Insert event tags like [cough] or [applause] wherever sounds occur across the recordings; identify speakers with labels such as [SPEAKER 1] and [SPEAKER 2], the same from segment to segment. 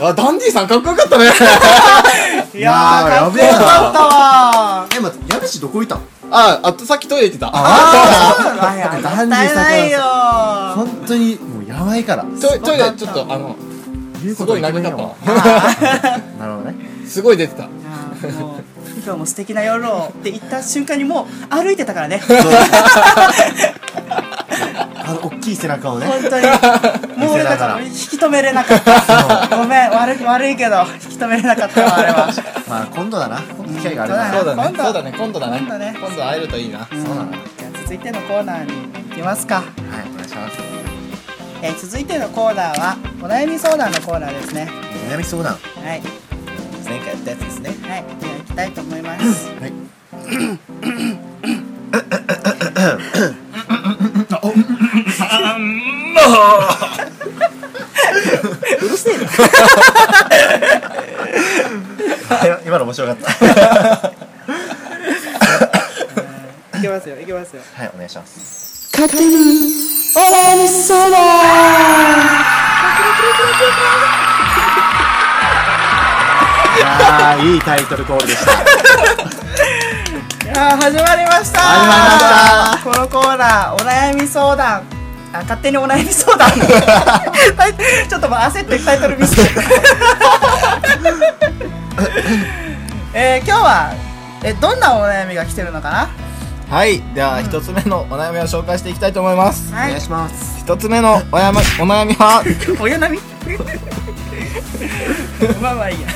[SPEAKER 1] あダンディさんかっこよかったね
[SPEAKER 2] いやー、
[SPEAKER 3] や
[SPEAKER 2] かっ
[SPEAKER 3] べえ
[SPEAKER 2] こよ
[SPEAKER 3] な
[SPEAKER 2] かったわー。
[SPEAKER 3] え、待って、矢口どこいたの
[SPEAKER 1] [laughs] ああとさっきトイレ行ってた
[SPEAKER 3] あ
[SPEAKER 2] あや
[SPEAKER 3] ダンディ
[SPEAKER 2] もったいないよ
[SPEAKER 3] あ
[SPEAKER 2] ー。
[SPEAKER 3] 本当に、もうやばいから。
[SPEAKER 1] トイトイレちょっとあの
[SPEAKER 3] 言う
[SPEAKER 1] す
[SPEAKER 3] こ
[SPEAKER 1] ご
[SPEAKER 3] と
[SPEAKER 1] い
[SPEAKER 3] な
[SPEAKER 1] 長
[SPEAKER 3] い
[SPEAKER 1] か
[SPEAKER 3] よ
[SPEAKER 1] っ。たわ
[SPEAKER 3] なるほどね。
[SPEAKER 1] すごい出てた
[SPEAKER 2] いやーもう今日も素敵な夜をって言った瞬間にもう歩いてたか
[SPEAKER 3] [laughs]
[SPEAKER 2] らね
[SPEAKER 3] あの、大きい背中をね。
[SPEAKER 2] 本当にもう俺たちは引き止めれなかったごめん悪い悪いけど引き止めれなかったわあれは
[SPEAKER 3] まあ、今度だな。機会があれ
[SPEAKER 2] そ
[SPEAKER 3] ば。
[SPEAKER 2] うだね今度
[SPEAKER 1] そうだね今度だね
[SPEAKER 2] 今度ね
[SPEAKER 1] 今度会えるといいな
[SPEAKER 2] うん
[SPEAKER 3] そうなの
[SPEAKER 2] じゃあ続いてのコーナーに行きますか、
[SPEAKER 3] はい、お願いします。
[SPEAKER 2] えー続いてのコーナーはお悩み相談のコーナーですね
[SPEAKER 3] 悩み相談。
[SPEAKER 2] はい
[SPEAKER 3] 前回やったやつですね。
[SPEAKER 2] はいじゃあ行きたいと思
[SPEAKER 3] [laughs]
[SPEAKER 2] います
[SPEAKER 3] はい。
[SPEAKER 2] うるせえな
[SPEAKER 3] [laughs] 今の面白かった。は
[SPEAKER 2] 行きますよ行きますよ
[SPEAKER 3] い、お願いします。
[SPEAKER 4] 勝手にお悩み相談
[SPEAKER 3] いやー、いいタイトルコールでした。
[SPEAKER 2] いやー始まりました
[SPEAKER 3] 始
[SPEAKER 2] まりましたこのコーナーお悩み相談あ勝手にお悩み相 [laughs] 談タイちょっともう焦ってタイトル見 [laughs] せてえー、今日はえどんなお悩みが来てるのか
[SPEAKER 1] はいでは一つ目のお悩みを紹介していきたいと思います
[SPEAKER 2] なはい
[SPEAKER 3] します。
[SPEAKER 1] 一つ目のおやまお悩み [laughs] は
[SPEAKER 2] お湯 [laughs] 並みまあまあいいや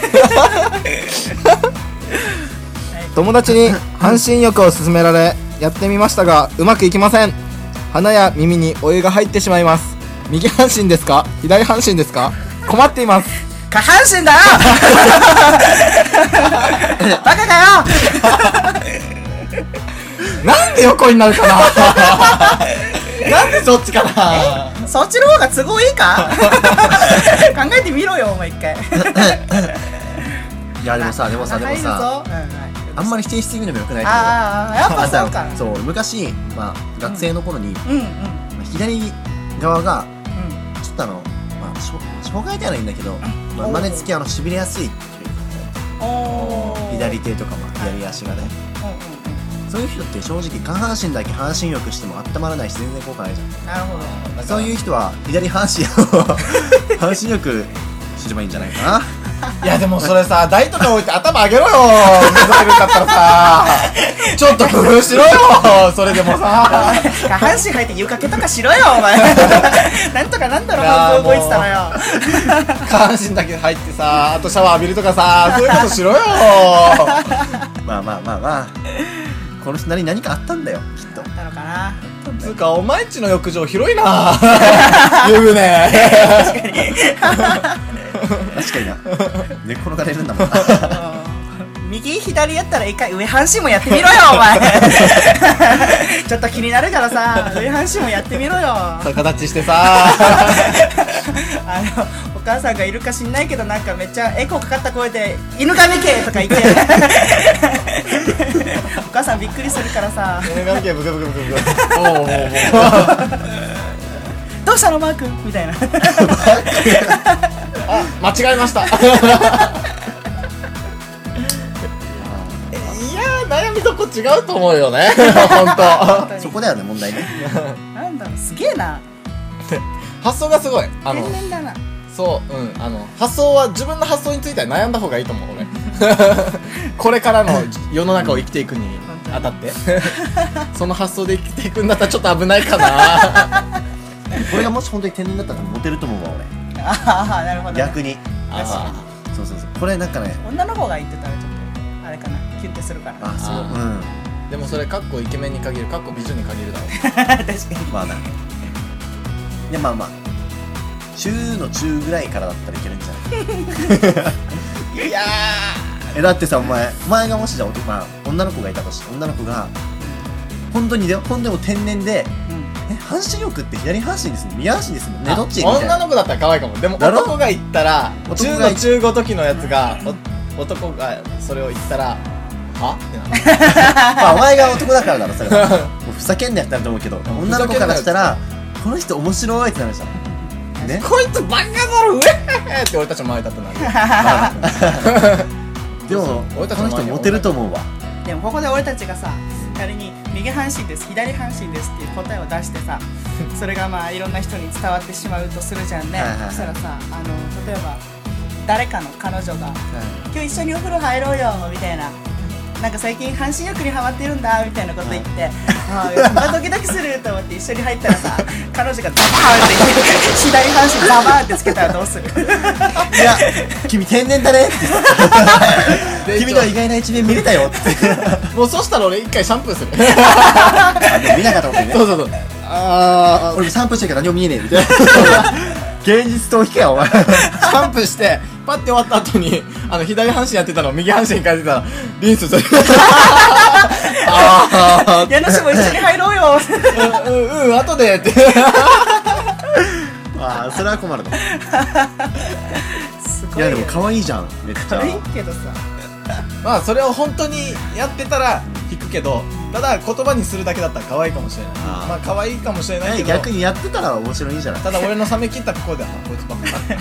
[SPEAKER 1] 友達に半身浴を勧められやってみましたがうまくいきません鼻や耳にお湯が入ってしまいます右半身ですか左半身ですか困っています
[SPEAKER 2] 下半身だよバカかよ
[SPEAKER 1] なんで横になるかななんでそっちか
[SPEAKER 2] [laughs]
[SPEAKER 1] な
[SPEAKER 2] そっちの方が都合いい [laughs] か考えてみろよお前一回
[SPEAKER 3] いや、でもさ、でもさ、でもさ、
[SPEAKER 2] 入るぞ、うんはい
[SPEAKER 3] あんまり否定しすぎるのも良くないと思う。
[SPEAKER 2] あーあーやっぱそう
[SPEAKER 3] あ
[SPEAKER 2] か
[SPEAKER 3] のそう昔、まあ、学生の頃に、
[SPEAKER 2] うんうんうん
[SPEAKER 3] まあ左側がちょっとあの、まあ、しょ障害ではないんだけど、まあ、
[SPEAKER 2] おー
[SPEAKER 3] 生まれつきあの痺れやすいって
[SPEAKER 2] お
[SPEAKER 3] いう
[SPEAKER 2] ー
[SPEAKER 3] 左手とかも左足がね
[SPEAKER 2] うんうん
[SPEAKER 3] そういう人って正直下半身だけ半身浴しても温まらないし全然効果ないじゃ
[SPEAKER 2] うんなるほど
[SPEAKER 3] んそういう人は左半身を半身浴すればいいんじゃない
[SPEAKER 1] [laughs]
[SPEAKER 3] か
[SPEAKER 1] いやでもそれさ台とか置いて頭上げろよ水入るんだったらさちょっと工夫しろよそれでもさ
[SPEAKER 2] 下半身入って湯かけとかし
[SPEAKER 3] [laughs]
[SPEAKER 2] ろよお前なんとかなんだろ
[SPEAKER 1] いやー
[SPEAKER 2] 半分動いてたのよ
[SPEAKER 1] 下半身だけ入ってさあとシャワー浴びるとかさそういうことしろよ
[SPEAKER 3] なまあまあまあまあこの人なりに何かあったんだよきっと
[SPEAKER 2] なのかな
[SPEAKER 1] つうかお前んちの浴場広いな湯船
[SPEAKER 3] 確かにな寝っ転がれるんだもんな
[SPEAKER 2] うん右左やったら一回上半身もやってみろよ
[SPEAKER 3] [laughs]
[SPEAKER 2] お前ちょっと気になるからさ上半身もやってみろよあ
[SPEAKER 1] 逆立ちしてさ
[SPEAKER 2] のお母さんがいるか知んないけどなんかめっちゃエコーかかった声で「犬神家!」とか言ってお母さんびっくりするからさ
[SPEAKER 1] 犬関係ブクブクブクブクおうおうおう
[SPEAKER 2] 「どうしたのマー君」みたいな
[SPEAKER 1] あ間違えましたいやー悩みとこ違うと思うよね本
[SPEAKER 3] そこだよね問題ね
[SPEAKER 2] なんだろうすげえな
[SPEAKER 1] 当発想がすごいあ
[SPEAKER 2] 天
[SPEAKER 1] の
[SPEAKER 2] 然だな
[SPEAKER 1] そううんあの発想は自分の発想については悩んだ方がいいと思う [laughs] 俺これからの世の中を生きていく [laughs] にあたってその発想で生きていくんだったらちょっと危ない [laughs] かな
[SPEAKER 3] これがもし本当に天然だったらモテると思うわ
[SPEAKER 2] ああなるほ
[SPEAKER 3] 俺
[SPEAKER 2] どね、
[SPEAKER 3] 逆に
[SPEAKER 1] あ
[SPEAKER 3] そうそうそうこれなんかね
[SPEAKER 2] 女の方が言ってたらちょっとあれかなキュンってするから
[SPEAKER 3] あそう
[SPEAKER 1] あ
[SPEAKER 3] う
[SPEAKER 1] ーでもそれかっこイケメンに限るかっこ美女に限るだろ
[SPEAKER 2] 確かに
[SPEAKER 3] [laughs] んまあなでまあまあ中の中ぐらいからだったらいけるんじゃな
[SPEAKER 1] [laughs]
[SPEAKER 3] い [laughs]
[SPEAKER 1] いや
[SPEAKER 3] えだってさお前お前がもしじゃあ、まあ、女の子がいたとして女の子が本当にだよ本当にもう天然で
[SPEAKER 2] うん
[SPEAKER 3] え半身浴って左半身ですね右半身ですもんねどっちみたい
[SPEAKER 1] 女
[SPEAKER 3] な
[SPEAKER 1] の子だったら可愛いかもでも
[SPEAKER 3] だろ
[SPEAKER 1] 男が言ったら
[SPEAKER 3] 男
[SPEAKER 1] 中
[SPEAKER 3] が
[SPEAKER 1] の中ごときのやつがお男がそれを言ったらはってなる
[SPEAKER 3] まあお前が男だからだろそれはもうふざけんなやったらと思うけど
[SPEAKER 1] ん
[SPEAKER 3] 女の子からしたらこの人面白いってなるじゃん
[SPEAKER 2] な
[SPEAKER 1] [laughs]
[SPEAKER 3] ね
[SPEAKER 1] こいつバカだろうえって俺たちの前だったなる俺たちの
[SPEAKER 3] でも俺たちの
[SPEAKER 1] 前
[SPEAKER 3] 人
[SPEAKER 1] に
[SPEAKER 3] モテると思うわ
[SPEAKER 2] でもここで俺たちがさ仮に右半身です左半身ですっていう答えを出して
[SPEAKER 3] [laughs]
[SPEAKER 2] さそれがまあいろんな人に伝わってしまうとするじゃんね
[SPEAKER 3] はいはいはい
[SPEAKER 2] そしたらさあの例えば誰かの彼女が「今日一緒にお風呂入ろうよ」みたいな。なんか最近半身浴にハマってるんだみたいなこと言って、ああまあドキドキすると思って一緒に入ったらさ彼女がザバーンって言って左半身ザバーンってつけたらど
[SPEAKER 3] [laughs]
[SPEAKER 2] うする
[SPEAKER 3] いや君天然だねって君の意外な一面見れたよって
[SPEAKER 1] もうそしたら俺一回シャンプーす [laughs] る
[SPEAKER 3] 見なかったことにね
[SPEAKER 1] そうそうそうあ
[SPEAKER 3] 俺散歩してるけど何も見えねえみたいな現実逃避かよお前
[SPEAKER 1] [laughs] あシャンプーしてパッて終わった後にあの左半身やってたのを右半身に変えてたらリンスする [laughs] ああ
[SPEAKER 2] 家主も一緒に入ろうよ
[SPEAKER 1] うんうんうん後でって [laughs]
[SPEAKER 3] ああそれは困るね
[SPEAKER 2] すご
[SPEAKER 3] い
[SPEAKER 2] い
[SPEAKER 3] や
[SPEAKER 2] よ
[SPEAKER 3] でも可愛いじゃんめっちゃ
[SPEAKER 2] [laughs] いいけどさ
[SPEAKER 1] まあそれを本当にやってたら引くけどただ言葉にするだけだったら可愛いかもしれない
[SPEAKER 3] あー
[SPEAKER 1] まあ可愛いかもしれないけど
[SPEAKER 3] 逆にやってたら面白いんじゃない
[SPEAKER 1] ただ俺の冷め切ったここであこいつバカだ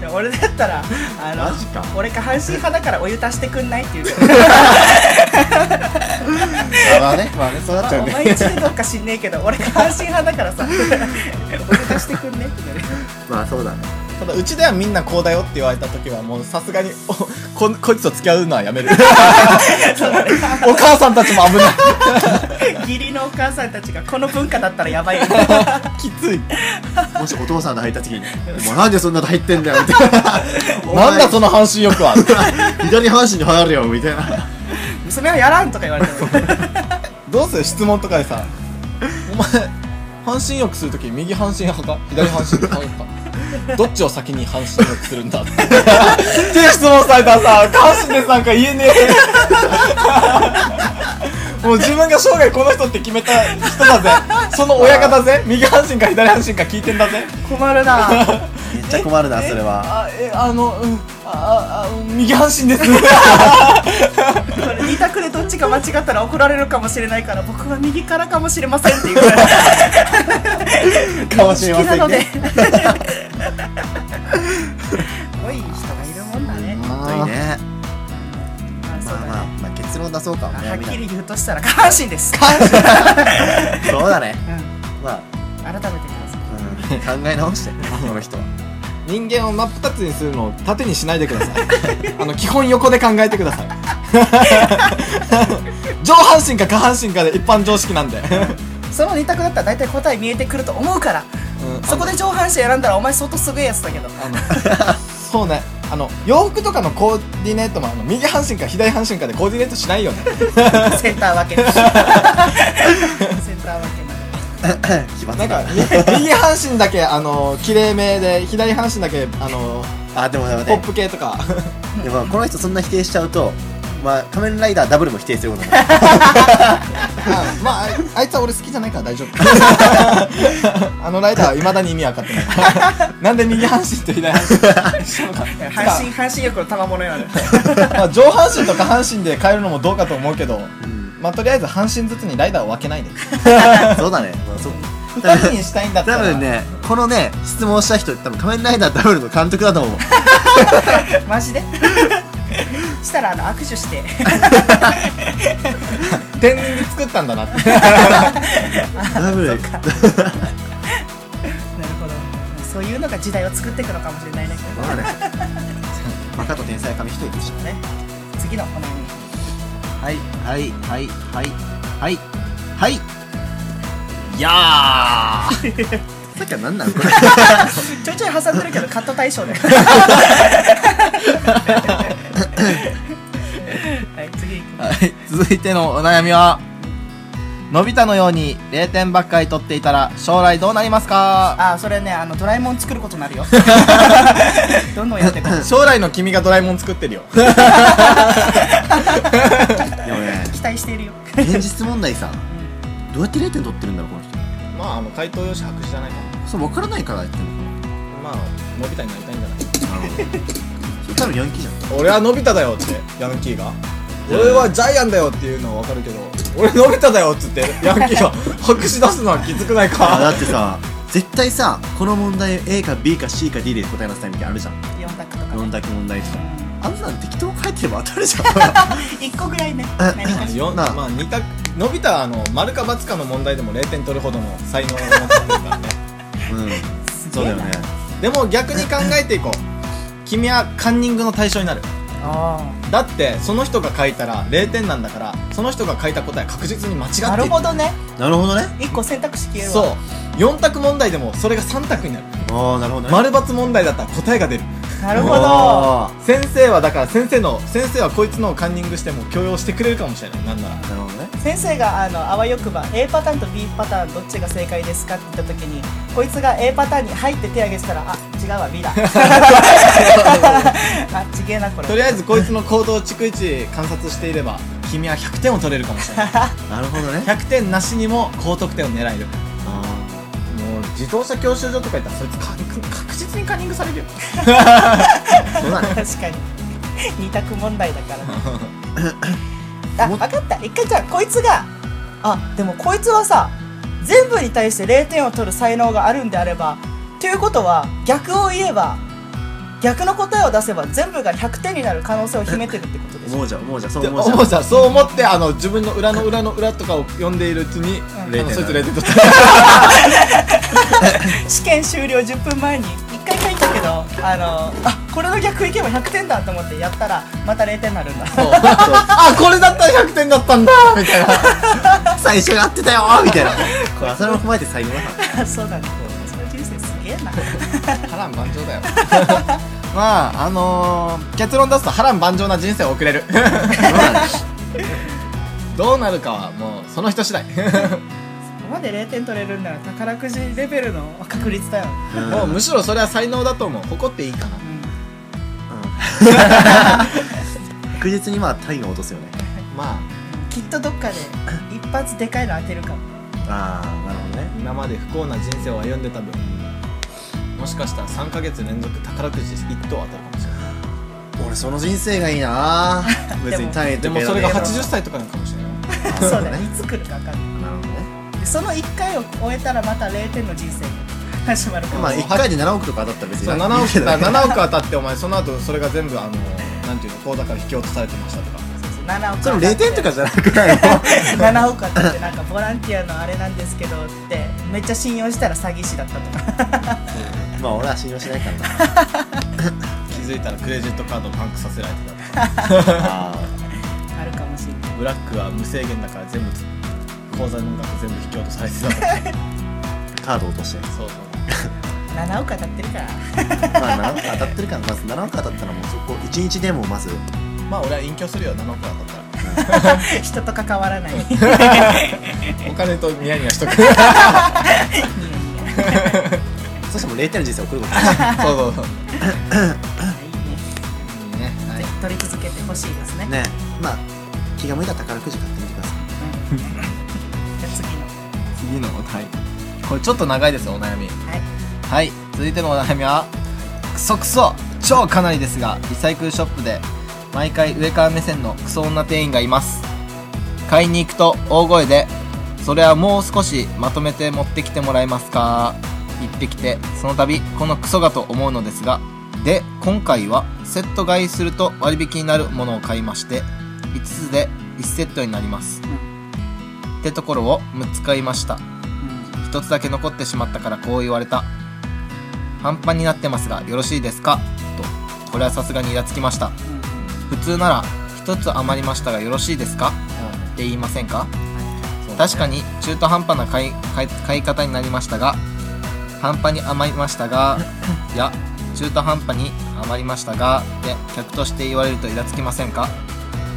[SPEAKER 2] で俺だったらあの
[SPEAKER 3] マジか
[SPEAKER 2] 俺下半身派だからお湯足してくんないっていう
[SPEAKER 3] まあねまあねそうなっちゃう
[SPEAKER 2] お
[SPEAKER 3] ね
[SPEAKER 2] 前一でどっか知んねえけど俺下半身派だからさお湯足してくんねってなる
[SPEAKER 3] まあそうだね
[SPEAKER 1] [laughs] ただうちではみんなこうだよって言われた時はもうさす [laughs] がにおこんこいつと付き合うのはや [laughs] めるお母さんたちも危ない
[SPEAKER 3] [laughs]
[SPEAKER 2] 義理のお母さんたちがこの文化だったらやばいよね
[SPEAKER 1] [laughs] きつい
[SPEAKER 3] もしお父さんが入った時 [laughs] に「お前なんでそんなの入ってんだよ」みたい [laughs] な「
[SPEAKER 1] なんだそ
[SPEAKER 3] の
[SPEAKER 1] の半身浴は
[SPEAKER 3] 左半身に入るよ」みたいな
[SPEAKER 2] 娘はやらんとか言われても
[SPEAKER 1] どうする質問とかでさお前半身浴するとき右半身派か左半身派 [laughs] かどっちを先に半身浴す [laughs] るんだってっていう質問されたらさ下半身ですなんか言えねえもう自分が生涯この人って決めた人だぜその親方ぜ右半身か左半身か聞いてんだぜ
[SPEAKER 2] 困るな
[SPEAKER 3] めっちゃ困るなそれは
[SPEAKER 1] あえあのうんあああ右半身 [laughs] です
[SPEAKER 2] これ二択でどっちか間違ったら怒られるかもしれないから僕は右からかもしれませんっていう
[SPEAKER 3] かもしれ
[SPEAKER 2] 好
[SPEAKER 3] ま
[SPEAKER 2] きな
[SPEAKER 3] せん
[SPEAKER 2] ので [laughs]
[SPEAKER 3] ね
[SPEAKER 2] すごい人がいるもんだね
[SPEAKER 3] 本当にね
[SPEAKER 2] まあそう
[SPEAKER 3] まあ
[SPEAKER 2] だね
[SPEAKER 3] まあまあ結論出そうか
[SPEAKER 2] はっきり言うとしたら下半身です。
[SPEAKER 3] そうだね
[SPEAKER 2] うん、
[SPEAKER 3] まあ [laughs]
[SPEAKER 2] 改めてください。
[SPEAKER 3] うん考え直 [laughs] してこの人は
[SPEAKER 1] 人間を真っ二つにするのを縦にしないでください [laughs] あの基本横で考えてください [laughs] 上半身か下半身かで一般常識なんで、
[SPEAKER 2] その二択だったら大体答え見えてくると思うから、 [laughs]
[SPEAKER 1] うん
[SPEAKER 2] そこで上半身選んだらお前相当すごいやつだけ [laughs] ど。
[SPEAKER 1] あのあのそうねあの洋服とかのコーディネートもあの右半身か左半身かでコーディネートしないよね
[SPEAKER 2] センター分け。センター分けなの。
[SPEAKER 3] 奇抜
[SPEAKER 1] なん
[SPEAKER 3] [laughs]
[SPEAKER 1] か
[SPEAKER 3] だ
[SPEAKER 1] み右半身だけあの綺麗めで左半身だけあの
[SPEAKER 3] あでもでも
[SPEAKER 1] ポ
[SPEAKER 3] ね
[SPEAKER 1] ップ系とか
[SPEAKER 3] でもこの人そんな否定しちゃうとまあ仮面ライダーダブルも否定することに [laughs] なる
[SPEAKER 1] あまあああいつは俺好きじゃないから大丈夫あのライダーはいまだに意味分かってないなんで右半身と左半身
[SPEAKER 2] 半身半身浴の賜物や [laughs] る。
[SPEAKER 1] まあ、上半身と下半身で変えるのもどうかと思うけど、
[SPEAKER 3] うん
[SPEAKER 1] まあ、とりあえず半身ずつにライダーを分けないで
[SPEAKER 3] そうだねまあそう
[SPEAKER 1] 二人にしたいんだった
[SPEAKER 3] 多
[SPEAKER 1] ら
[SPEAKER 3] [laughs] 分ねこのね質問した人多分仮面ライダーダブルの監督だと [laughs] 思う
[SPEAKER 2] マジで。したらあの握手して、
[SPEAKER 1] 天然で作ったんだなって
[SPEAKER 3] ダブル
[SPEAKER 2] そっか。なるほど。そういうのが時代を作っていくのかもしれないね。
[SPEAKER 3] まあねバカと天才は紙一重でしょ
[SPEAKER 2] ね次のお悩み。
[SPEAKER 3] はいはいはいはいはいはい
[SPEAKER 1] いやー
[SPEAKER 3] [laughs] さっきは何なのこれ
[SPEAKER 2] ちょいちょい挟んでるけどカット対象で。 [laughs] はい、次。
[SPEAKER 1] はい続いてのお悩みはのび太のように0点ばっかり取っていたら将来どうなりますか
[SPEAKER 2] あ、それね、あのドラえもん作ることになるよ。どんどんやっていこう。
[SPEAKER 1] 将来の君がドラえもん作ってるよ
[SPEAKER 3] でもね
[SPEAKER 2] 期待しているよ。
[SPEAKER 3] 現実問題さどうやって0点取ってるんだろうこの人
[SPEAKER 1] まああの回答用紙白紙じゃないか
[SPEAKER 3] そう分からないからやってるのか
[SPEAKER 1] まあのび太になりたいんじゃない
[SPEAKER 3] ななるほどそれ多分ヤンキーじゃ
[SPEAKER 1] [laughs]
[SPEAKER 3] ん
[SPEAKER 1] 俺はのび太だよってヤンキーが俺はジャイアンだよっていうのはわか [laughs] るけど俺のび太だよっつってヤンキーが白紙出すのはきつくない
[SPEAKER 3] あだ
[SPEAKER 1] か
[SPEAKER 3] ってさ絶対さこの問題 A か B か C か D で答えなさいみたいなのあるじゃん
[SPEAKER 2] 四択とかね
[SPEAKER 3] 4択問題とかあんなん適当に書いてれば当た
[SPEAKER 1] [laughs]
[SPEAKER 3] るじゃん
[SPEAKER 2] 一個ぐらいね
[SPEAKER 3] あ
[SPEAKER 2] 何かしら
[SPEAKER 1] よ
[SPEAKER 3] なあ
[SPEAKER 1] まあ二択伸びたあの丸か×かの問題でも0点取るほどの才能を持ってるからね
[SPEAKER 3] うん
[SPEAKER 2] すげ
[SPEAKER 3] そう
[SPEAKER 2] え
[SPEAKER 3] だ
[SPEAKER 2] な
[SPEAKER 3] よね
[SPEAKER 1] でも逆に考えていこう君はカンニングの対象になる
[SPEAKER 2] あ
[SPEAKER 1] だってその人が書いたら0点なんだからその人が書いた答えは確実に間違ってい
[SPEAKER 2] あなるほどね
[SPEAKER 3] なるほどね
[SPEAKER 2] 一個選択肢消える
[SPEAKER 1] そう
[SPEAKER 2] わ
[SPEAKER 1] 4択問題でもそれが3択になる
[SPEAKER 3] ああなるほどね
[SPEAKER 1] 丸×問題だったら答えが出る
[SPEAKER 2] なるほど
[SPEAKER 3] あ
[SPEAKER 1] 先生はだから先生の先生はこいつのをカンニングしても強要してくれるかもしれないなんなら
[SPEAKER 3] ーなるほどね
[SPEAKER 2] 先生があのあわよくば A パターンと B パターンどっちが正解ですかって言った時にこいつが A パターンに入って手挙げてたらあ違うわ B だ [laughs] あちげえなこれ
[SPEAKER 1] とりあえずこいつの行動を逐一観察していれば君は100点を取れるかもし [laughs] れない
[SPEAKER 3] なるほどね
[SPEAKER 1] 100点なしにも高得点を狙える
[SPEAKER 3] あ
[SPEAKER 1] もう自動車教習所とか行ったらそいつカンニング確実にカンニングされる [laughs] よ
[SPEAKER 3] ーそうだね
[SPEAKER 2] 確かに二択問題だからねあ分
[SPEAKER 3] も
[SPEAKER 2] かった一回じゃあこいつがあでもこいつはさ全部に対して0点を取る才能があるんであればということは逆を言えば逆の答えを出せば全部が100点になる可能性を秘めてるってことでしょ
[SPEAKER 3] 思うじゃん思うじゃんそ
[SPEAKER 1] って
[SPEAKER 3] う思うじ
[SPEAKER 1] 思
[SPEAKER 3] ゃ
[SPEAKER 1] うじゃんそう思ってあの自分の裏の裏の裏とかを読んでいるうちに、
[SPEAKER 2] うん
[SPEAKER 1] あのそいつ0点取った [laughs]
[SPEAKER 2] 試験終了10分前に1回書いたけどあのあこれの逆いけば100点だと思ってやったらまた0点になるんだ [laughs]
[SPEAKER 1] そうあこれだったら100点だったんだみたいなん [laughs]
[SPEAKER 3] 最初やってたよーみたいなそれを踏まえて最後は
[SPEAKER 2] そうだねその人生すげえな
[SPEAKER 1] 波乱万丈だよ [laughs] まああのー、結論出すと波乱万丈な人生を送れる [laughs] どうなるかはもうその人次第
[SPEAKER 2] ここまで0点取れるんなら宝くじレベルの確率だよ、
[SPEAKER 1] もう
[SPEAKER 3] うん
[SPEAKER 1] むしろそれは才能だと思う誇っていいかな
[SPEAKER 2] うん
[SPEAKER 3] [laughs] 確実にまあ単位を落とすよね
[SPEAKER 1] まあ
[SPEAKER 2] きっとどっかで一発でかいの当てるかも
[SPEAKER 3] [laughs] ああなるほどね
[SPEAKER 1] 今まで不幸な人生を歩んでた分もしかしたら3ヶ月連続宝くじ1等当たるかもしれな
[SPEAKER 3] 俺その人生がいいな [laughs] ー別に単位
[SPEAKER 1] いで
[SPEAKER 3] と
[SPEAKER 1] も
[SPEAKER 3] か
[SPEAKER 1] それが
[SPEAKER 3] やらね
[SPEAKER 1] 80歳とかなのかもしれない
[SPEAKER 3] えわ
[SPEAKER 2] そうだねいつ来るか分かんな
[SPEAKER 3] なるほどね
[SPEAKER 2] いでその1回を終えたらまた0点の人生が始まるかも
[SPEAKER 3] まあ
[SPEAKER 1] そう
[SPEAKER 3] 1回で7億とか当たったら別に
[SPEAKER 1] そう
[SPEAKER 3] いいけど
[SPEAKER 1] 7億
[SPEAKER 3] ね
[SPEAKER 1] 7億当たってお前その後それが全部あのなんていうの口座から引き落とされてましたとか
[SPEAKER 2] 7億
[SPEAKER 3] それも0点とかじゃなくないの
[SPEAKER 2] [laughs] 7億あったってなんかボランティアのあれなんですけどってめっちゃ信用したら詐欺師だったとか
[SPEAKER 3] [laughs]
[SPEAKER 2] [laughs]
[SPEAKER 3] まあ俺は信用しないからな
[SPEAKER 1] 気づいたらクレジットカードをパンクさせられてたとか
[SPEAKER 3] あ
[SPEAKER 2] あるかもしれない
[SPEAKER 1] ブラックは無制限だから全部口座の額全部引き落とされてたと [laughs] か
[SPEAKER 3] ーカード落として
[SPEAKER 1] そうそう
[SPEAKER 2] 7億当たってるから [laughs]
[SPEAKER 3] まあ7億当たってるからまず7億当たったらもうそこ1日でもまず
[SPEAKER 1] まあ俺は隠居するよ7億当たった
[SPEAKER 2] 人と関わ
[SPEAKER 3] [laughs]
[SPEAKER 2] らない
[SPEAKER 1] らお金とニヤニヤしとく [laughs]
[SPEAKER 3] そしてもう0点の人生送ることない
[SPEAKER 1] そうそうそういいね
[SPEAKER 2] ぜひ取り続けてほしいですね
[SPEAKER 3] ね [laughs] まあ気が向いたら宝くじ買ってみてください
[SPEAKER 2] うんじゃあ次
[SPEAKER 1] 次
[SPEAKER 2] の
[SPEAKER 1] のお題これちょっと長いですよお悩み
[SPEAKER 2] はい
[SPEAKER 1] はい続いてのお悩みはクソクソ超かなりですがリサイクルショップで毎回上から目線のクソ女店員がいます買いに行くと大声で「それはもう少しまとめて持ってきてもらえますか?」言ってきてその度このクソがと思うのですがで今回はセット買いすると割引になるものを買いまして5つで1セットになります、ってところを6つ買いました一つだけ残ってしまったからこう言われた半端になってますがよろしいですかとこれはさすがにイラつきました普通なら一つ余りましたがよろしいですかって言いませんか確かに中途半端な買い買い買い方になりましたが半端に余りましたがいや中途半端に余りましたがで客として言われるとイラつきませんか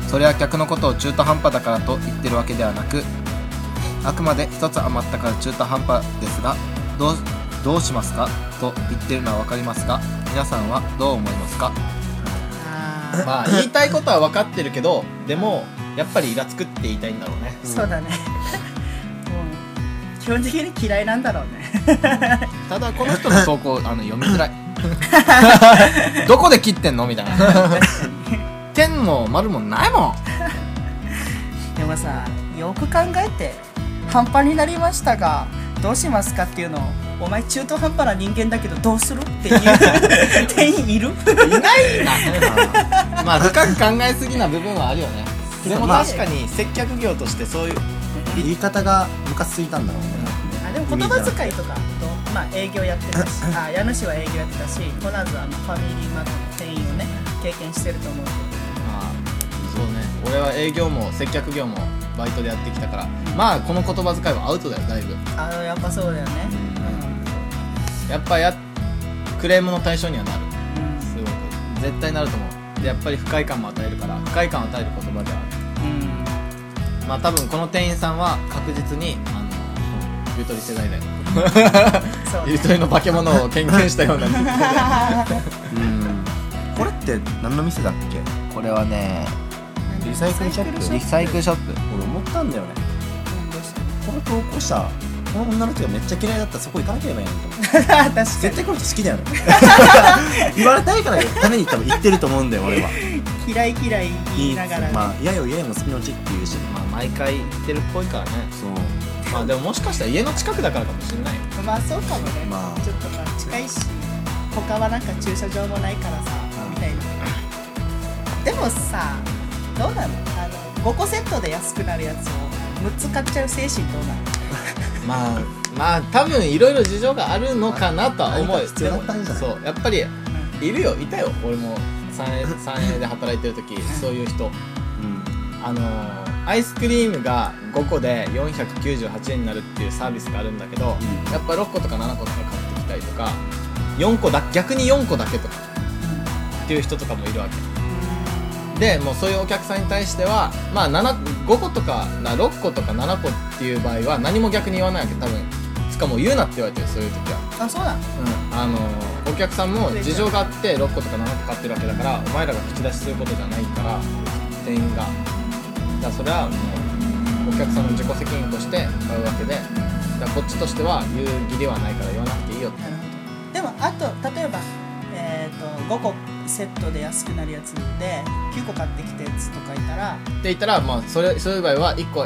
[SPEAKER 1] それは客のことを中途半端だからと言ってるわけではなくあくまで一つ余ったから中途半端ですがどうどうしますかと言ってるのは分かりますが皆さんはどう思いますか
[SPEAKER 2] あ
[SPEAKER 1] まあ言いたいことは分かってるけどでもやっぱりイラつくって言いたいんだろうね
[SPEAKER 2] ーそうだねうん基本的に嫌いなんだろうね
[SPEAKER 1] ただこの人の投 [laughs] 稿あの読みづらいどこで切ってんのみたいな点も丸もない [laughs] もん
[SPEAKER 2] でもさよく考えて半端になりましたがどうしますかっていうのをお前中途半端な人間だけどどうするっていう [laughs] 店員いる
[SPEAKER 1] いないなまあ深く考えすぎな部分はあるよねでも
[SPEAKER 3] まあ
[SPEAKER 1] 確かに接客業としてそういう
[SPEAKER 3] 言い方がムカついたんだろうね
[SPEAKER 2] あでも言葉遣いとかと、まあ、営業やって
[SPEAKER 3] [laughs]
[SPEAKER 2] たしあ家主は営業やってたしコナンズはあのファミリーマートの店員をね経験してると思うけど
[SPEAKER 1] まあそうね俺は営業も接客業もバイトでやってきたからまあこの言葉遣いはアウトだよだいぶ
[SPEAKER 2] あやっぱそうだよね
[SPEAKER 1] やっぱやクレームの対象にはなる
[SPEAKER 2] うん、うん
[SPEAKER 1] すごく絶対なると思うでやっぱり不快感も与えるから不快感を与える言葉ではあるまあ多分この店員さんは確実にあのゆとり世代だよ
[SPEAKER 2] そうね
[SPEAKER 1] ゆとりの化け物を研究したような [laughs]
[SPEAKER 3] うんこれって何の店だっけこれはねリサイクルショップ
[SPEAKER 2] リサイクルショッ
[SPEAKER 3] ョップ俺思ったんだよね
[SPEAKER 2] プどうした
[SPEAKER 3] この投稿者この女の人がめっちゃ嫌いだったらそこ行かなければいいのにと思って
[SPEAKER 2] 確 [laughs] か
[SPEAKER 3] 絶対この人好きだよね言われたいからために多分言ってると思うんだよ俺は
[SPEAKER 2] に嫌い嫌い言いながらね、
[SPEAKER 3] まあ嫌よ嫌よも好きのうちっていうし
[SPEAKER 1] まあ毎回行ってるっぽいからね
[SPEAKER 3] そう
[SPEAKER 1] まあでももしかしたら家の近くだからかもしれないよ
[SPEAKER 2] まあそうかもね、
[SPEAKER 3] まあ
[SPEAKER 2] ちょっとまあ近いし他はなんか駐車場もないからさ
[SPEAKER 3] うん
[SPEAKER 2] みたいなでもさどうなのあの5個セットで安くなるやつを6つ買っちゃう精神どうなの
[SPEAKER 1] まあまあ多分いろいろ事情があるのかなとは思
[SPEAKER 3] あ
[SPEAKER 1] う
[SPEAKER 3] あれが必要だったんじゃない
[SPEAKER 1] でもそうやっぱりいるよいたよ俺も [laughs] 3A, 3A で働いてる時そういう人
[SPEAKER 3] うん
[SPEAKER 1] あのーアイスクリームが5個で498円になるっていうサービスがあるんだけど、
[SPEAKER 3] うん
[SPEAKER 1] やっぱ6個とか7個とか買ってきたりとか4個だ逆に4個だけとかっていう人とかもいるわけでもうそういうお客さんに対してはまあ7 5個とかな6個とか7個っていう場合は何も逆に言わないわけ多分しかも言うなって言われてるそういう時は
[SPEAKER 2] あそうなの
[SPEAKER 1] あのお客さんも事情があって6個とか7個買ってるわけだからお前らが口出しすることじゃないから店員がだからそれはもうお客さんの自己責任として買うわけでだからこっちとしては言う義理はないから言わなくていいよって
[SPEAKER 2] なるほどでもあと例えば、えー、と5個セットで安くなるやつで9個買ってきたやつとかいたら
[SPEAKER 1] 言ったら、まあ、それそういう場合は1個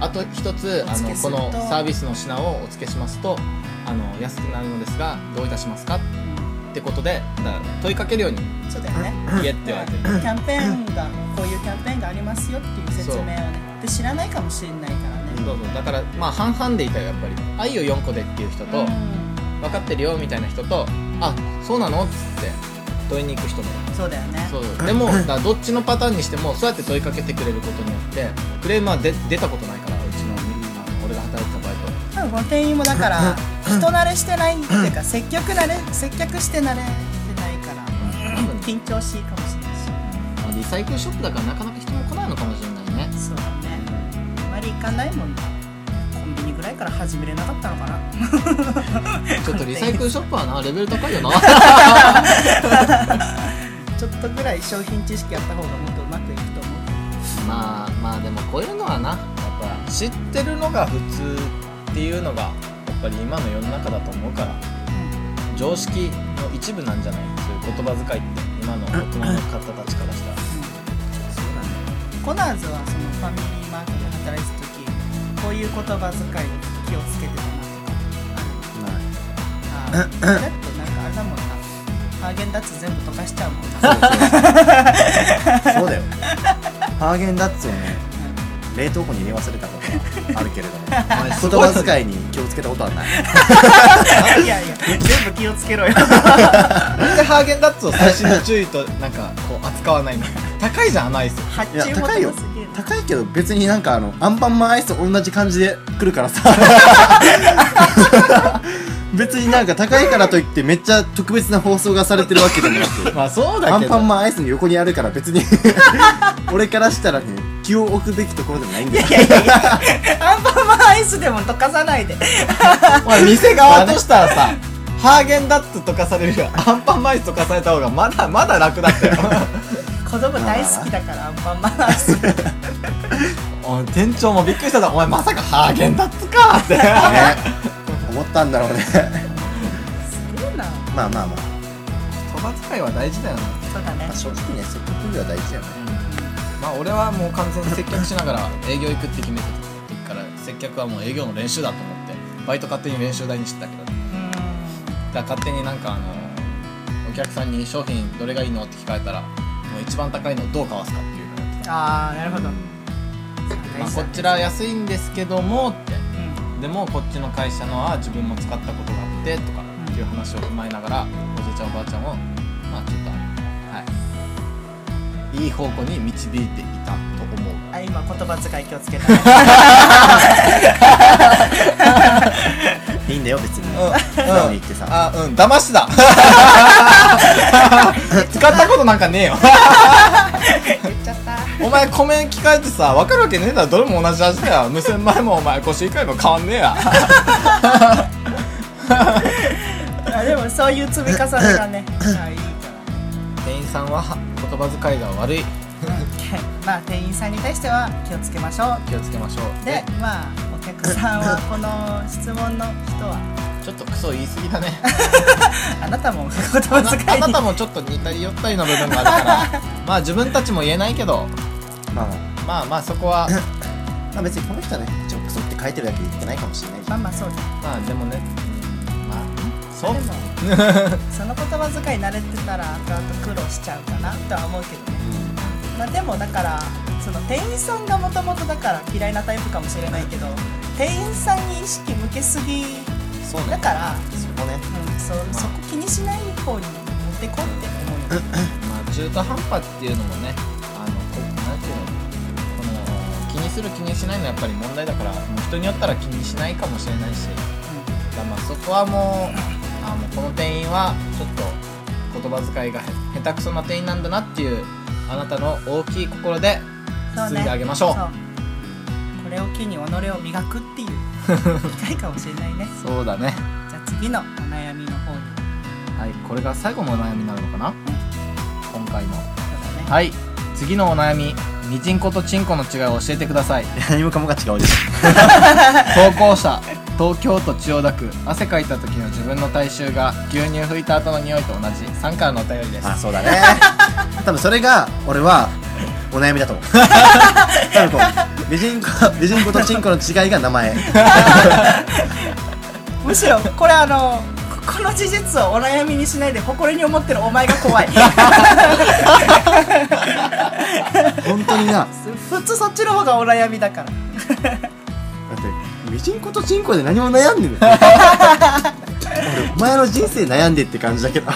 [SPEAKER 1] あと1つ
[SPEAKER 2] お
[SPEAKER 1] あ
[SPEAKER 2] 付け
[SPEAKER 1] の
[SPEAKER 2] す
[SPEAKER 1] こ
[SPEAKER 2] ると
[SPEAKER 1] のサービスの品をお付けしますとあの安くなるのですがどういたしますかってことでだから問いかけるように
[SPEAKER 2] そうだよね
[SPEAKER 1] 言えって言われてる
[SPEAKER 2] キャンペーンがこういうキャンペーンがありますよっていう説明をねで知らないかもしれないからね、
[SPEAKER 1] そうそうだからまあ半々でいたよやっぱり「愛を4個で」っていう人と
[SPEAKER 2] う
[SPEAKER 1] 「分かってるよ」みたいな人と「あそうなの?」っつって問いに行く人もいる
[SPEAKER 2] ん、そうだよね
[SPEAKER 1] そうそうでもだからどっちのパターンにしてもそうやって問いかけてくれることによってクレームは出出たことないからうちのあの俺が働いてたバイト
[SPEAKER 2] 多分この店員もだから
[SPEAKER 1] [laughs]
[SPEAKER 2] 人慣れしてないっていうか接客慣れ接客して慣れてないから
[SPEAKER 1] 多分
[SPEAKER 2] 緊張しいかもしれない
[SPEAKER 1] まあリサイクルショップだからなかなか人も来ないのかもしれないね
[SPEAKER 2] しそうだねあまり行かないもんねコンビニぐらいから始めれなかったのかな
[SPEAKER 1] ちょっとリサイクルショップは [laughs] なレベル高いよな
[SPEAKER 2] ちょっとぐらい商品知識やった方がもっとうまくいくと思う
[SPEAKER 1] まあまあでもこういうのはなやっぱ知ってるのが普通っていうのがやっぱり今の世の中だと思うから常識の一部なんじゃないそういう言葉遣いって今の大人の方たちからしたら
[SPEAKER 2] そうだねコナーズはそのファミリーマートで働いてた時こういう言葉遣いに気をつけてたなとかあのあーだってなんかあれだもんなハーゲンダッツ全部溶かしちゃうもんな
[SPEAKER 3] そうだよハーゲンダッツをね冷凍庫に入れ忘れたことがあるけれども言
[SPEAKER 1] [laughs] お前すごい
[SPEAKER 3] 葉遣いに気をつけたことはない
[SPEAKER 1] [laughs]
[SPEAKER 2] いやいや全部気をつけろよ
[SPEAKER 1] なんでハーゲンダッツを最新の注意となんかこう扱わないの [laughs] 高いじゃんあのアイス
[SPEAKER 2] 発
[SPEAKER 3] いや
[SPEAKER 2] 注も
[SPEAKER 3] 高いよ
[SPEAKER 2] 高すぎる
[SPEAKER 3] 高いけど別になんかあのアンパンマンアイスと同じ感じで来
[SPEAKER 1] [laughs]
[SPEAKER 3] るからさ別になんか高いからといってめっちゃ特別な放送がされてるわけでもなく
[SPEAKER 1] まあそう
[SPEAKER 3] ア
[SPEAKER 1] だけど
[SPEAKER 3] ンパンマンアイスの横にあるから
[SPEAKER 1] [laughs]
[SPEAKER 3] 別に俺からしたらね気を置くべきところでもないんだよ
[SPEAKER 2] いやいやいやアンパンマンアイスでも溶かさないで
[SPEAKER 1] まあ店側としたらさハーゲンダッツとかされるよアンパンマイスとかされた方がまだまだ楽だったよ
[SPEAKER 2] 子供大好きだからアンパンマンアイス
[SPEAKER 1] [laughs] おい店長もびっくりしただお前まさかハーゲンダッツか [laughs] って
[SPEAKER 3] ね思ったんだろうね
[SPEAKER 2] すげえな
[SPEAKER 3] まあまあまあ、
[SPEAKER 1] 言葉遣いは大事だよね
[SPEAKER 2] そうだね
[SPEAKER 3] まあ、正直ね接客業は大事だよね
[SPEAKER 1] まあ俺はもう完全に接客しながら営業行くって決めてた時から接客はもう営業の練習だと思ってバイト勝手に練習台にしてたけど
[SPEAKER 2] うん
[SPEAKER 1] が勝手になんかあのお客さんに商品どれがいいのって聞かれたらもう一番高いのをどうかわすかっていうのをやって
[SPEAKER 2] ああなるほど、
[SPEAKER 1] た、まあ、こちら安いんですけどもって
[SPEAKER 2] うん
[SPEAKER 1] でもこっちの会社のは自分も使ったことがあってとかっていう話を踏まえながらおじいちゃんおばあちゃんをまあちょっとはいいい方向に導いていたと思う
[SPEAKER 2] あ今言葉遣い気をつけた、ね、
[SPEAKER 3] いいんだよ別に、
[SPEAKER 1] うん
[SPEAKER 3] 素直に言ってさ
[SPEAKER 1] あうん騙しだ使ったことなんかねえよ
[SPEAKER 2] 言っちゃった
[SPEAKER 1] お前米聞かれてさ分かるわけねえだろどれも同じ味だよ無線前もお前腰痛いも変わんねえや
[SPEAKER 2] あでもそういう積み重ねがねあいいから
[SPEAKER 1] 店員さんは言葉遣いが悪い
[SPEAKER 2] まあ店員さんに対しては気をつけましょう
[SPEAKER 1] 気をつけましょう
[SPEAKER 2] でまあお客さんはこの質問の人は
[SPEAKER 1] ちょっとクソ言い過ぎだね
[SPEAKER 2] あなたも言
[SPEAKER 1] あ
[SPEAKER 2] 葉
[SPEAKER 1] なあ
[SPEAKER 2] 遣い
[SPEAKER 1] な
[SPEAKER 2] に
[SPEAKER 1] たもちょっと似たり寄ったりの部分があるからまあ自分たちも言えないけど
[SPEAKER 3] まあ
[SPEAKER 1] まあまあそこは
[SPEAKER 3] まあ別にこの人はね一応クソって書いてるだけで言ってないかもしれないし
[SPEAKER 2] まあまあそうです
[SPEAKER 1] まあでもねうんまあそう
[SPEAKER 2] でもその言葉遣い慣れてたら後々苦労しちゃうかなとは思うけどねまあでもだからその店員さんがもともとだから嫌いなタイプかもしれないけど店員さんに意識向けすぎ
[SPEAKER 3] そう
[SPEAKER 2] だ
[SPEAKER 3] ね
[SPEAKER 2] から
[SPEAKER 3] そこね
[SPEAKER 2] うん、そそこ気にしない方に持ってこうって思うよ、
[SPEAKER 1] まあ、中途半端っていうのもねあのこなんていうのこの気にする気にしないのやっぱり問題だからもう人によったら気にしないかもしれないしだからまあそこはもうあもうこの店員はちょっと言葉遣いがへ下手くそな店員なんだなっていうあなたの大きい心で
[SPEAKER 2] そう
[SPEAKER 1] 包ん
[SPEAKER 2] ね
[SPEAKER 1] であげましょう
[SPEAKER 2] そうこれを機に己を磨くっていう
[SPEAKER 1] [laughs]
[SPEAKER 2] 機会かもしれないね
[SPEAKER 1] そうだね
[SPEAKER 2] じゃあ次のお悩みの方に
[SPEAKER 1] はいこれが最後のお悩みになるのかな今回の
[SPEAKER 2] そうだね
[SPEAKER 1] はい次のお悩みミチンコとチンコの違いを教えてください
[SPEAKER 3] [laughs] 何もかもが違うでし
[SPEAKER 1] 投稿者東京都千代田区汗かいた時の自分の体臭が牛乳拭いた後の匂いと同じ3からのお便りで
[SPEAKER 3] ょ
[SPEAKER 1] す
[SPEAKER 3] まあそうだね [laughs] 多分それが俺はお悩みだと [laughs] 思う多分こう美人子美人子とチンコの違いが名 [laughs] 前
[SPEAKER 2] むしろこれあのここの事実をお悩みにしないで誇りに思ってるお前が
[SPEAKER 1] [laughs]
[SPEAKER 2] 怖い
[SPEAKER 3] 本当になだっ
[SPEAKER 2] 普通そっちの方がお悩みだから
[SPEAKER 3] て美人子とチンコで何も悩んでる [laughs] 俺お前の人生悩んでって感じだけど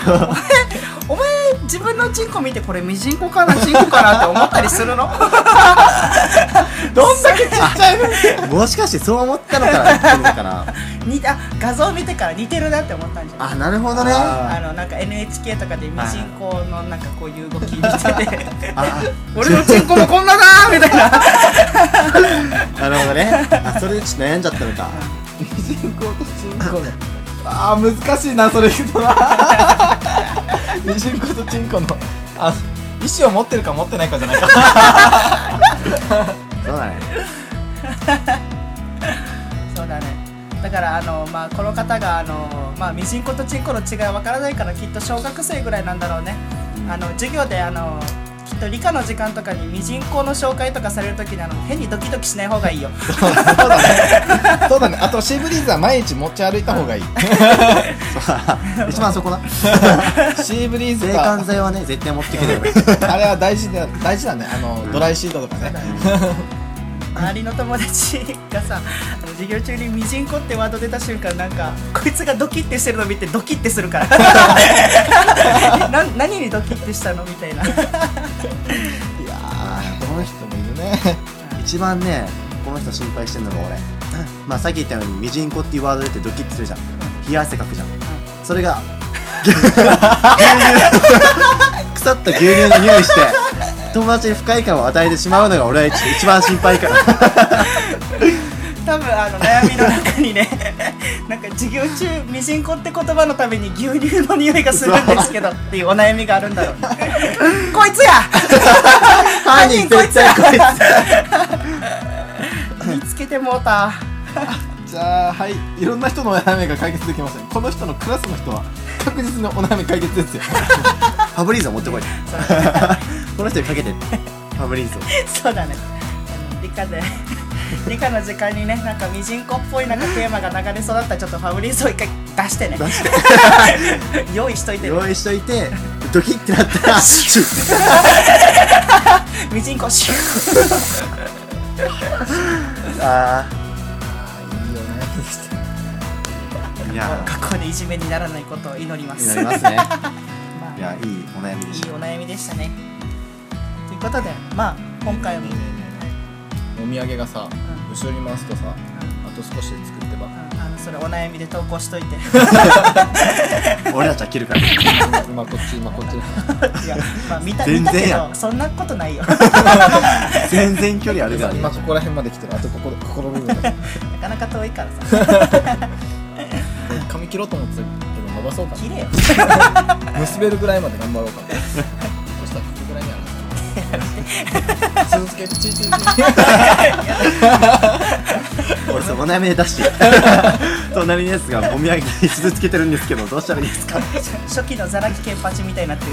[SPEAKER 2] お前自分のチンコ見てこれミジンコかなチンコかなって思ったりす
[SPEAKER 1] [laughs]
[SPEAKER 2] るの [laughs] どんだ [laughs] けちっちゃいの
[SPEAKER 3] もしかしてそう思ったのから言ってるのかな
[SPEAKER 2] 似た画像見てから似てるなって思ったんじゃな
[SPEAKER 3] [laughs]
[SPEAKER 2] い
[SPEAKER 3] あなるほどね
[SPEAKER 1] あ
[SPEAKER 2] あのなんか NHK とかでミジンコのなんかこういう動き見てて
[SPEAKER 3] あ
[SPEAKER 2] [laughs] 俺のチンコもこんなだーみたい
[SPEAKER 3] な
[SPEAKER 2] な
[SPEAKER 3] るほどね [laughs] あそれでちょっと悩んじゃったのか
[SPEAKER 1] あー難しいなそれ言うとなミチンコとチンコのあ意思を持ってるか持ってないかじゃないか
[SPEAKER 3] そうだね
[SPEAKER 2] そうだねだからあの、まあ、この方があの、まあ、ミジンコとチンコの違いわからないからきっと小学生ぐらいなんだろうねあの授業であのきっと理科の時間とかにミジンコの紹介とかされるときにあの変にドキドキしない方がいいよ
[SPEAKER 1] そうだねあとシーブリーズは毎日持ち歩いた方がいい
[SPEAKER 3] 一番そこな
[SPEAKER 1] シーブリーズ
[SPEAKER 3] 制
[SPEAKER 1] は
[SPEAKER 3] 汗剤はね絶対持ってくるよね
[SPEAKER 1] あれは大事だ大事だねあのドライシートとかね
[SPEAKER 2] [laughs] 周りの友達がさあの授業中に「ミジンコ」ってワード出た瞬間なんかこいつがドキッてしてるの見てドキッてするから [laughs] な何にドキッてしたのみたいな
[SPEAKER 1] いやーこの人もいるね
[SPEAKER 3] 一番ねこの人心配してんのが俺まあさっき言ったように「ミジンコ」っていうワード出てドキッてするじゃん冷や汗かくじゃんそれが [laughs] 牛乳腐った牛乳の匂いして友達に不快感を与えてしまうのが俺は一一番心配かな
[SPEAKER 2] 多分あの悩みの中にね [laughs] なんか授業中「ミジンコ」って言葉のために牛乳の匂いがするんですけどっていうお悩みがあるんだろうこいつや
[SPEAKER 3] 犯人絶対こいつ
[SPEAKER 2] 見つけてもうた
[SPEAKER 1] じゃあはいいろんな人のお悩みが解決できませんこの人のクラスの人は確実にお悩み解決ですよ
[SPEAKER 3] [laughs] ファブリーズを持ってこい [laughs]
[SPEAKER 2] [laughs]
[SPEAKER 3] この人にかけてファブリーズを
[SPEAKER 2] そうだね理科で [laughs] 理科の時間にねなんかミジンコっぽいなんかテーマが流れそうだったらちょっとファブリーズを一回出してね [laughs] 用意しといてね
[SPEAKER 3] 用意しといてドキってなったらシュッ
[SPEAKER 2] ミジンコシュッ
[SPEAKER 3] あ
[SPEAKER 1] あいいよね
[SPEAKER 3] ーい [laughs] や
[SPEAKER 2] 学校でいじめにならないことを祈りま
[SPEAKER 3] ー
[SPEAKER 2] す
[SPEAKER 3] なりますね
[SPEAKER 2] まあ
[SPEAKER 3] いやいいお悩みで
[SPEAKER 2] い
[SPEAKER 3] し
[SPEAKER 2] いお悩みでしたねということでまあ今回も、うん
[SPEAKER 1] お土産がさ
[SPEAKER 2] う
[SPEAKER 1] 後ろに回すとさあと少しで作ってば
[SPEAKER 2] あのそれお悩みで投稿しといて
[SPEAKER 3] た俺たちは切るから
[SPEAKER 1] [laughs] 今こっち今こっち
[SPEAKER 2] いや、まあ、見た見
[SPEAKER 3] 全
[SPEAKER 2] た
[SPEAKER 3] 然
[SPEAKER 2] け
[SPEAKER 3] や
[SPEAKER 2] どそんなことないよ [laughs]
[SPEAKER 3] 全然距離あるから
[SPEAKER 1] 今
[SPEAKER 3] ね
[SPEAKER 1] [laughs] 今ここら辺まで来てるあとここここの部分だけ
[SPEAKER 2] なかなか遠いからさ
[SPEAKER 1] 髪切ろうと思ってたけど伸ばそうか
[SPEAKER 2] 綺麗よ
[SPEAKER 1] な結べるぐらいまで頑張ろうか [laughs] なそしたらここぐらいにある [laughs] 続けチーチーチー
[SPEAKER 3] 俺そうお悩みで出して [laughs] 隣のやつがお土産に傷つけてるんですけどどうしたらいいですか
[SPEAKER 2] [laughs] 初期のザラキケンパチみたいになってる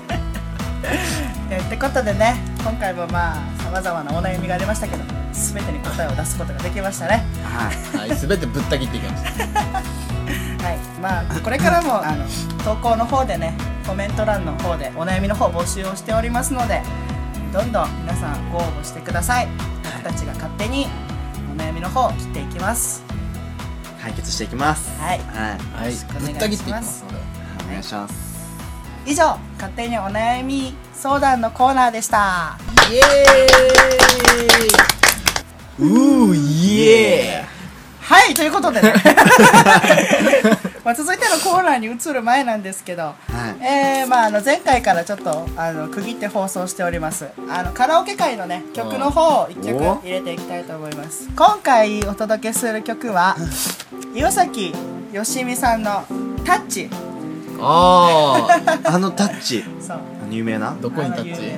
[SPEAKER 2] [laughs] えってことでね今回もまあさまざまなお悩みがありましたけど全てに答えを出すことができましたね
[SPEAKER 3] はい
[SPEAKER 1] はい全てぶった切っていきました
[SPEAKER 2] はいまあこれからもあの投稿の方でねコメント欄の方でお悩みの方募集をしておりますのでどんどん皆さんご応募してください僕たちが勝手にお悩みの方を切っていきます
[SPEAKER 3] 解決していきます
[SPEAKER 2] はい
[SPEAKER 3] はい
[SPEAKER 1] はい
[SPEAKER 2] しくお願
[SPEAKER 1] ぶ
[SPEAKER 2] いします
[SPEAKER 1] った切っていきますので
[SPEAKER 3] お願いします
[SPEAKER 2] 以上勝手にお悩み相談のコーナーでした
[SPEAKER 1] イエーイうーイエ
[SPEAKER 2] はいということでねまあ続いてのコーナーに移る前なんですけど、
[SPEAKER 3] はい
[SPEAKER 2] えーまあ、あの前回からちょっとあの区切って放送しておりますあのカラオケ界のね曲の方を1曲
[SPEAKER 3] お
[SPEAKER 2] 入れていきたいと思います今回お届けする曲は岩崎よしみさんの「タッチ
[SPEAKER 1] ーイあ
[SPEAKER 3] あのタッチ」
[SPEAKER 2] そう
[SPEAKER 3] あの有名な
[SPEAKER 1] ーどこにタッ
[SPEAKER 2] あの有
[SPEAKER 1] チ
[SPEAKER 2] 名な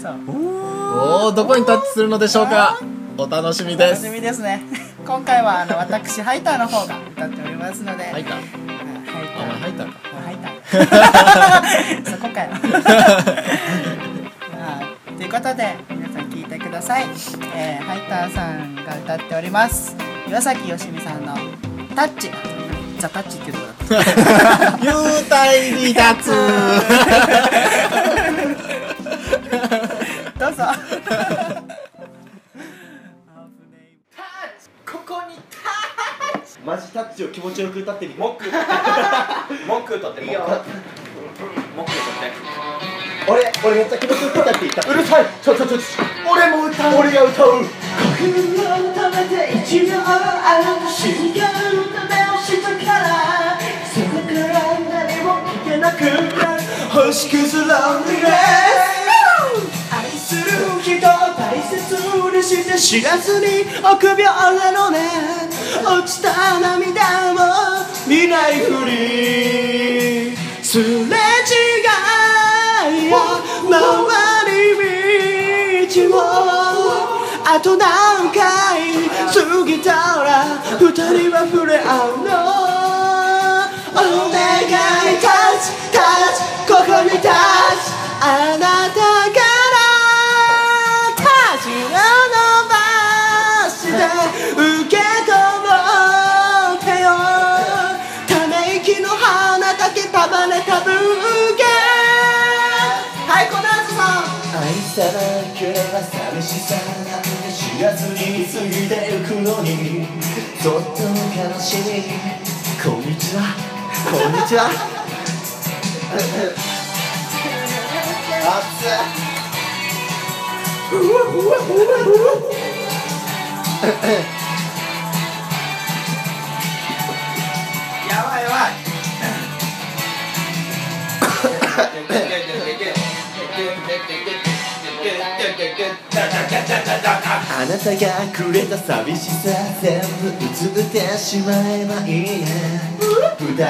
[SPEAKER 2] そう
[SPEAKER 1] おーどこにタッチするのでしょうかお楽しみで
[SPEAKER 2] 楽
[SPEAKER 1] す
[SPEAKER 2] しみですね今回はあの私ハイターの方が歌っておりますので、
[SPEAKER 1] 入った
[SPEAKER 2] あハ
[SPEAKER 1] あ
[SPEAKER 2] イタ
[SPEAKER 1] お前
[SPEAKER 2] ー
[SPEAKER 1] 入ったか
[SPEAKER 2] 入った。そ [laughs] こかよ。まあということで皆さん聞いてください。えー、ハイターさんが歌っております。岩崎よしみさんのタッチ。ザタッチっていうとこだっ
[SPEAKER 1] 幽体離脱
[SPEAKER 2] た。どうぞ。
[SPEAKER 3] マジタッチを気持ちよく歌ってみモッ [laughs] クモック歌ってモックモック歌って俺俺めっちゃ気持ちよく歌っていたうるさいちょちょちょちょ俺も歌う俺が歌う
[SPEAKER 5] あと何回過ぎたら二人は触れ合うのお願い立つ立つここに立つあなたから立ちを伸ばして受け止めてよため息の花だけ束ねたブーケはいこの後さん愛さなければ寂しさなんて知らずに過ぎてゆくのにとっと悲しみこんにちはこんにちはあなたがくれた寂しさ全部映ってしまえばいいね二人で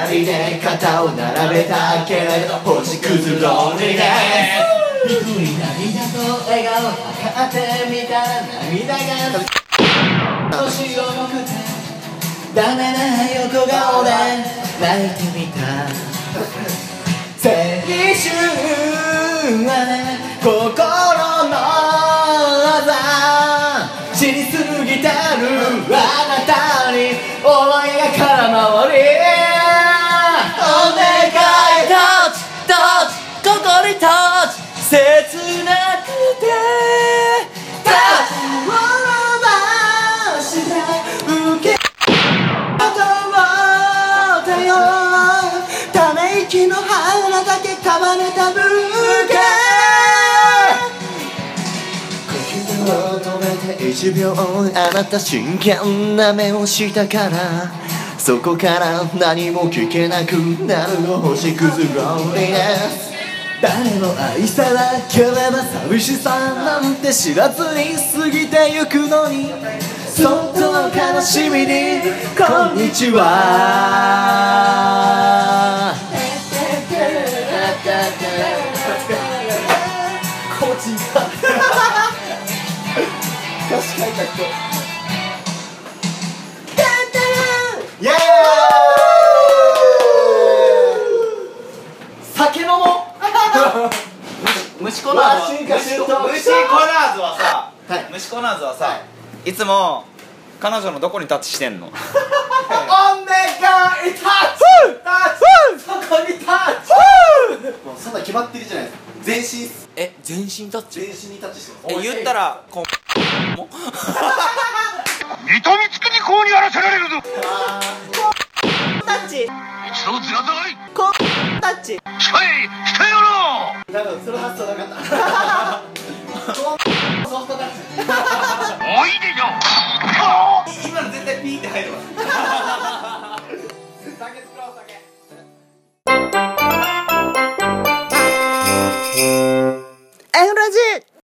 [SPEAKER 5] 肩を並べたけれど星屑ロンリネス低い涙と笑顔測ってみたら涙が年よくてダメな横顔で泣いてみた青春はね心の技知りす花だけ束ねたブーケ呼吸を止めて1秒あなた真剣な目をしたからそこから何も聞けなくなる星屑ロンリネス誰も愛さなければ寂しさなんて知らずに過ぎてゆくのにそっとの悲しみにこんにちはコーチが歌詞書いた人イエーイ酒飲もう
[SPEAKER 3] 虫コナーズは
[SPEAKER 5] わ進化してる
[SPEAKER 3] 虫コ
[SPEAKER 5] と
[SPEAKER 3] ナーズはさ、
[SPEAKER 5] はい
[SPEAKER 3] 虫コナーズはさ、、
[SPEAKER 5] はい
[SPEAKER 3] つも彼女のどこにタッチしてんの
[SPEAKER 5] お願いタッチタッチそこにタッチもうそんな決まってるじゃないですか全身っす
[SPEAKER 3] え全身タッチ
[SPEAKER 5] 全身にタッチしてま
[SPEAKER 3] え
[SPEAKER 5] す
[SPEAKER 3] 言ったらこ
[SPEAKER 2] タッチ一度ずらいこタッチ
[SPEAKER 1] [laughs]
[SPEAKER 5] 多分その発想なかったソフトタッチ
[SPEAKER 1] [laughs]
[SPEAKER 3] う
[SPEAKER 5] [laughs]
[SPEAKER 3] 今の絶対ピーって入るわ
[SPEAKER 2] エフラジ